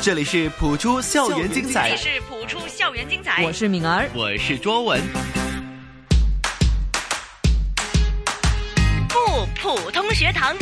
这里是普出校园精彩，是谱出校园精彩我是敏儿，我是卓文。不普通学堂。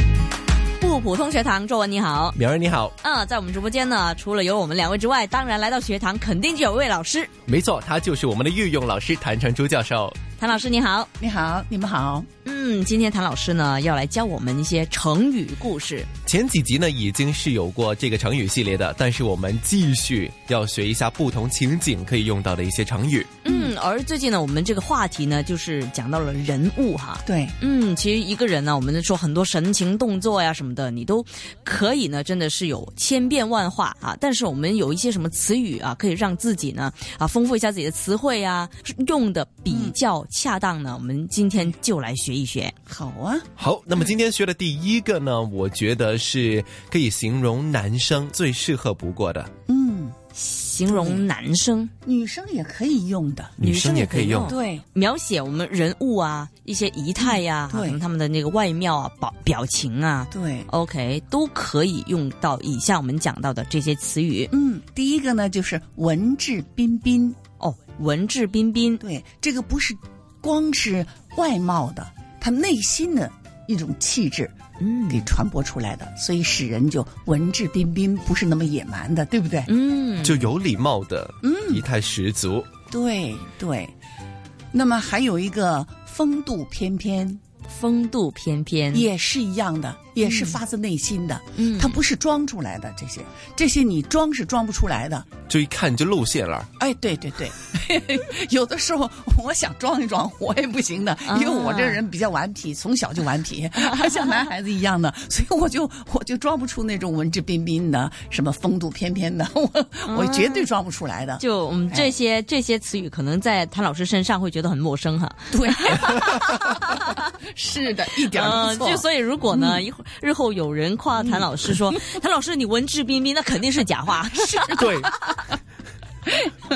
不普通学堂，周文你好。苗儿你好，嗯，在我们直播间呢，除了有我们两位之外，当然来到学堂肯定就有一位老师，没错，他就是我们的御用老师谭成珠教授。谭老师你好。你好，你们好。嗯，今天谭老师呢要来教我们一些成语故事。前几集呢已经是有过这个成语系列的，但是我们继续要学一下不同情景可以用到的一些成语。嗯，而最近呢，我们这个话题呢就是讲到了人物哈。对，嗯，其实一个人呢，我们说很多神情动作呀什么的，你都可以呢，真的是有千变万化啊。但是我们有一些什么词语啊，可以让自己呢啊丰富一下自己的词汇啊，用的比较恰当呢。我们今天就来学一学。好啊，好，那么今天学的第一个呢，我觉得是可以形容男生最适合不过的，嗯，形容男生，女生也可以用的。女生生也也可可以以用用。对，描写我们人物啊一些仪态呀、嗯对可能他们的那个外貌啊、表表情啊对， ，OK 都可以用到以下我们讲到的这些词语嗯，第一个呢就是文质彬彬。哦。文质彬彬，对，这个不是光是外貌的，他内心的一种气质嗯给传播出来的，所以使人就文质彬彬，不是那么野蛮的，对不对？嗯，就有礼貌的，嗯，仪态十足。嗯对对。那么还有一个风度翩翩，风度翩翩，也是一样的，也是发自内心的，嗯它不是装出来的。这些这些你装是装不出来的。就一看就露馅了，哎，对对 对，有的时候我想装一装，我也不行的，啊因为我这人比较顽皮，从小就顽 皮，像男孩子一样的，所以我就我就装不出那种文质彬彬的，什么风度翩翩的，我嗯我绝对装不出来的。就我们这些、这些词语，可能在谭老师身上会觉得很陌生哈。对， 是的，一点儿嗯，不错。就所以如果呢，一会儿日后有人夸谭老师说“ 谭老师你文质彬彬”，那肯定是假话。是，对，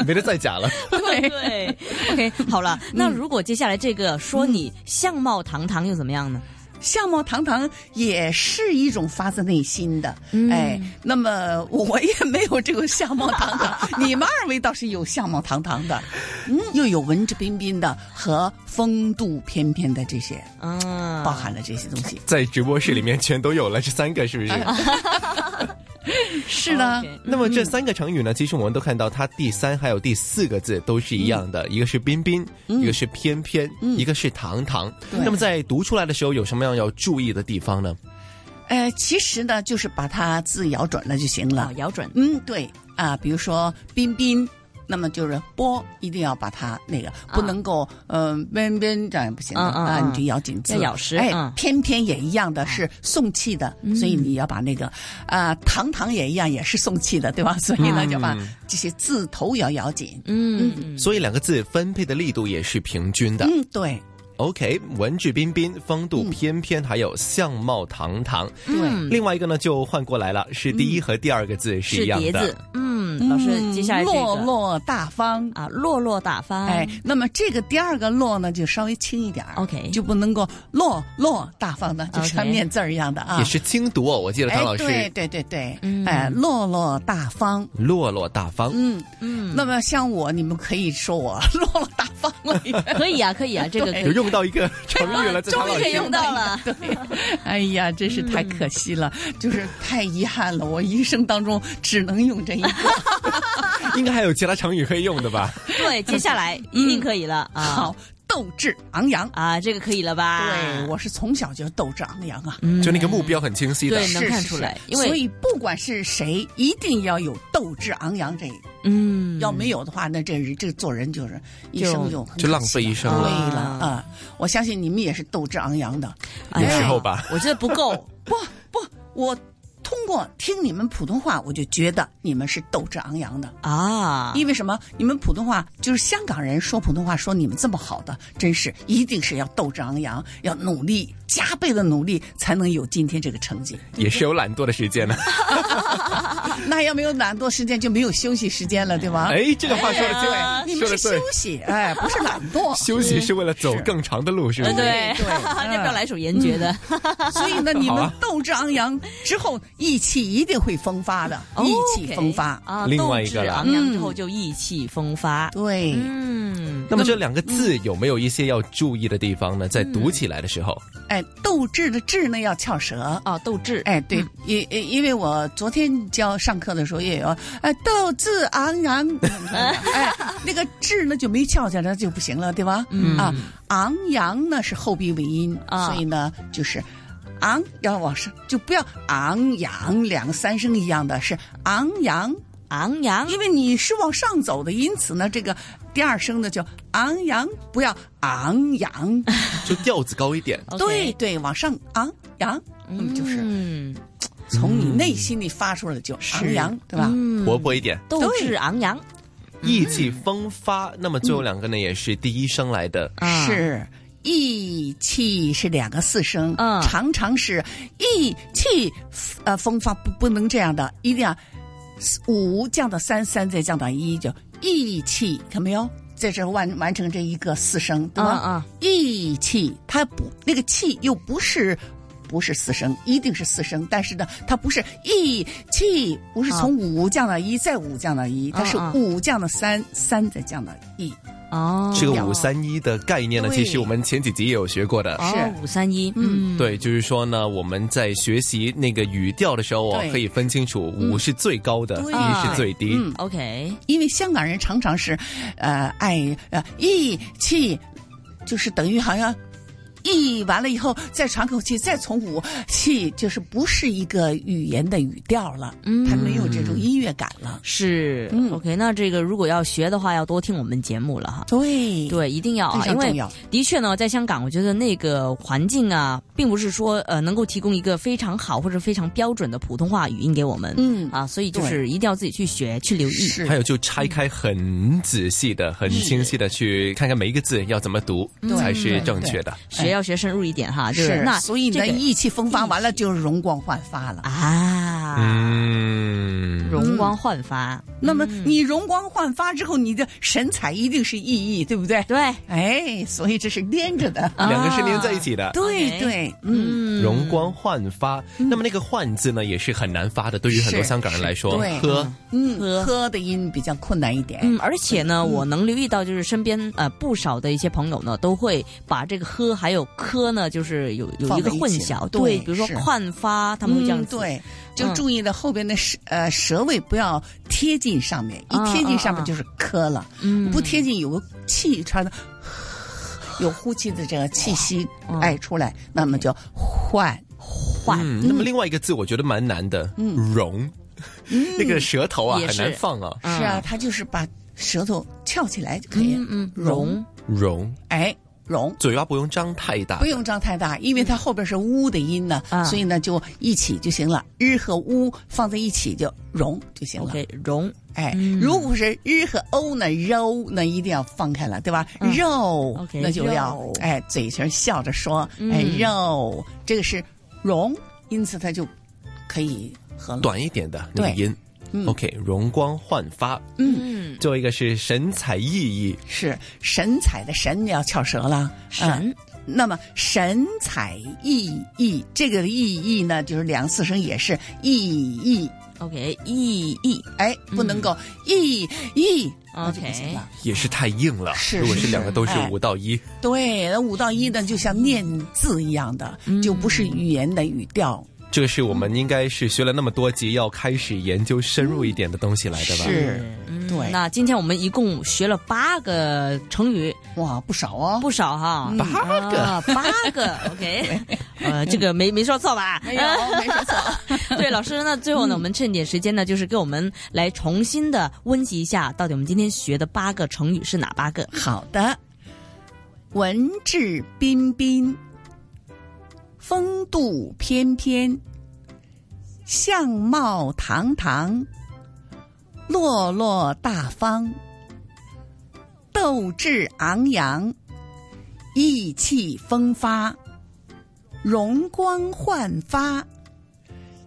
没得再假了。对对。OK，好了，那如果接下来这个说你相貌堂堂又怎么样呢？相貌堂堂也是一种发自内心的，哎，那么我也没有这个相貌堂堂，你们二位倒是有相貌堂堂的，嗯，又有文质彬彬的和风度翩翩的这些，嗯，包含了这些东西。在直播室里面全都有了这三个，是不 是？啊是的哦 OK 嗯那么这三个成语呢，其实我们都看到，它第三还有第四个字都是一样嗯的，一个是彬彬，一个是翩翩，一个是堂堂。对那么在读出来的时候，有什么样要注意的地方呢？呃，其实呢，就是把它字咬准了就行了啊，。咬准。嗯，对啊，比如说彬彬，那么就是波，一定要把它那个不能够嗯边边这样也不行的啊嗯嗯啊，嗯你就咬紧字，要咬实哎嗯，偏偏也一样的是送气的，所以你要把那个啊堂堂也一样也是送气的，对吧？所以呢，就把这些字头要咬紧。嗯，所以两个字分配的力度也是平均的。嗯，对 OK，文质彬彬、风度翩翩，还有相貌堂堂。嗯另外一个呢，就换过来了，是第嗯一和第二个字是一是样叠的字。。嗯，老师，接下来这落个落大方。啊，落落大方。哎，那么这个第二个落呢，就稍微轻一点儿 OK 就不能够落落大方的，就 OK 像念字儿一样的啊。也是精读哦，我记得唐老师、哎、对对对对，嗯哎，落落大方。落落大方。嗯，嗯，那么像我，你们可以说我 落落大方了。 可以啊，可以啊，这个可有以。用到一个成语了，这终唐于老可以师用到了，哎呀，真是太可惜了，嗯就是太遗憾了，我一生当中只能用这一个。 应该还有其他成语可以用的吧？ 对，接下来一定可以了啊！嗯好，斗志昂扬。啊，这个可以了吧？对，我是从小就斗志昂扬啊。嗯就那个目标很清晰的对，能是看是出是来，因为所以不管是谁，一定要有斗志昂扬这一个。嗯，要没有的话，那这人这做人就是一就生就很就浪可惜费一了生对了了啊！我相信你们也是斗志昂扬的。哎有时候吧，我觉得不 够。不不，我通过听你们普通话，我就觉得你们是斗志昂扬的。啊，因为什么？你们普通话就是香港人说普通话说你们这么好的，真是一定是要斗志昂扬，要努力，加倍的努力才能有今天这个成绩。啊也是有懒惰的时间呢。那要没有懒惰时间，就没有休息时间了，对啊吧？啊哎，这个话说的对，你们说的是对休，息， 哎，不是懒惰。休息是为了走更长的路，是不呃是？对，对嗯要不要来首严爵的？ 所以呢，你好们啊斗志昂扬之后，意气一定会风发的，哦意气 OK 风发。嗯啊，另外一个斗志了昂扬之后就意气风发。对，嗯，那么这两个字有没有一些要注意的地方呢？在读起来的时候，哎，斗志的志呢要翘舌。哦，斗志，哎，对，因、因因为我昨天教上课的时候也有，哎，斗志昂 扬，哎，那个志呢就没翘起来，那就不行了，对吧？嗯啊，昂扬呢是后鼻尾音，啊所以呢就是昂要往上，就不要昂扬两个三声一样的，是昂扬，昂扬，因为你是往上走的，因此呢这个第二声呢就昂扬，不要昂扬，就调子高一点。对对，往上昂扬，嗯，就是。嗯从你内心里发出来的就昂扬，对吧？嗯，活泼一点，斗志昂扬，意气风发。那么最后两个呢，也是第一声来的，啊是意气是两个四声，嗯常常是意气，呃，风发不不能这样的，一定要五降到三，三再降到一，就意气，看到没有？在这完完成这一个四声，对吧？嗯嗯意气，它不那个气又不是。不是四声，一定是四声，但是呢，它不是意气，不是从五降到一，再五降到一，它是啊嗯嗯五降到三，三再降到一。哦，这个五三一的概念呢，对其实我们前几集也有学过的。嗯哦五三一，嗯，对，就是说呢，我们在学习那个语调的时候啊，对可以分清楚五是最高的，对一是最低。嗯 OK，因为香港人常常是，呃，爱呃意气，就是等于好像意完了以后再喘口气，再从五气，就是不是一个语言的语调了，嗯它没有这种音乐感了。是嗯 OK，那这个如果要学的话，要多听我们节目了哈。对对，一定要啊，非常因为重要的确呢，在香港，我觉得那个环境啊，并不是说呃能够提供一个非常好或者非常标准的普通话语音给我们，嗯啊，所以就对是一定要自己去学去留意。是，还有就拆开很仔细的、很清晰的去看看每一个字要怎么读才是正确的。学要学深入一点哈，啊就是那所以呢，这个意气风发意完了气就是容光焕发了。啊，嗯，容光焕发，那么嗯你容光焕发之后，你的神采一定是意义，对不对？对，哎，所以这是连 着的。嗯两个是连在一起的。对啊 OK 对，嗯，嗯容光焕发，那么那个“焕”字呢，也是很难发的。对于很多是香港人来是说对，喝嗯，喝的音比较困难一点。嗯，而且呢，我能留意到，就是身边呃不少的一些朋友呢，都会把这个喝还有科呢，就是有有放一个在一混起淆，对比如说是焕发，他们会这样嗯、子，对，嗯就注意了后边的舌、呃舌位不要贴近上面，啊一贴近上啊面啊就是咳了，嗯不贴近有个气传的， 有呼气的这个气息嗯哎出来，那么就换焕，嗯，那么另外一个字我觉得蛮难的，容， 那个舌头啊也很是难放啊，嗯是啊，它就是把舌头翘起来就可以，嗯嗯，容容容，哎容。嘴巴不用张太大，不用张太大，因为它后边是呜的音呢，啊所以呢就一起就行了。日和呜放在一起就容就行了。 ，OK，容哎，嗯如果是日和欧呢，肉呢一定要放开了，对吧？嗯肉 OK，那就要肉哎嘴唇笑着说，哎嗯肉，这个是容，因此它就可以合了。短一点的那个对音。嗯 OK，容光焕发。嗯，最后一个是神采奕奕，是神采的神要翘舌了，嗯神那么神采奕奕，这个的奕奕呢，就是两四声也是奕奕， ，OK，意义哎，不能够奕奕，那就不行 OK 了。也是太硬了。是如果是是两个是都是哎五到一，对，那五到一呢，就像念字一样的，就不是语言的语调。这个是我们应该是学了那么多集，要开始研究深入一点的东西来哎的吧？是，对，那今天我们一共学了八个成语，哇，不少哦，不少哈，八个啊八个 ，OK，呃，这个没没说错吧？没有，哎没说错。对，老师，那最后呢，我们趁点时间呢，就是给我们来重新的温习一下，到底我们今天学的八个成语是哪八个？好的，文质彬彬，风度翩翩，相貌堂堂，落落大方，斗志昂扬，意气风发，容光焕发，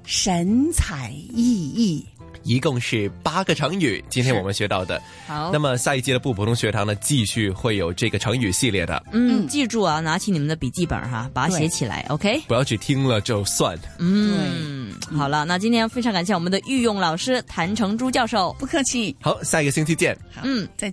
神采奕奕。一共是八个成语。今天我们学到的。好，那么下一期的不普通学堂呢，继续会有这个成语系列的，嗯，记住啊，拿起你们的笔记本哈、把它对写起来，OK？不要只听了就算。嗯，好了，那今天非常感谢我们的御用老师谭成珠教授。不客气，好，下一个星期见。好，嗯再见。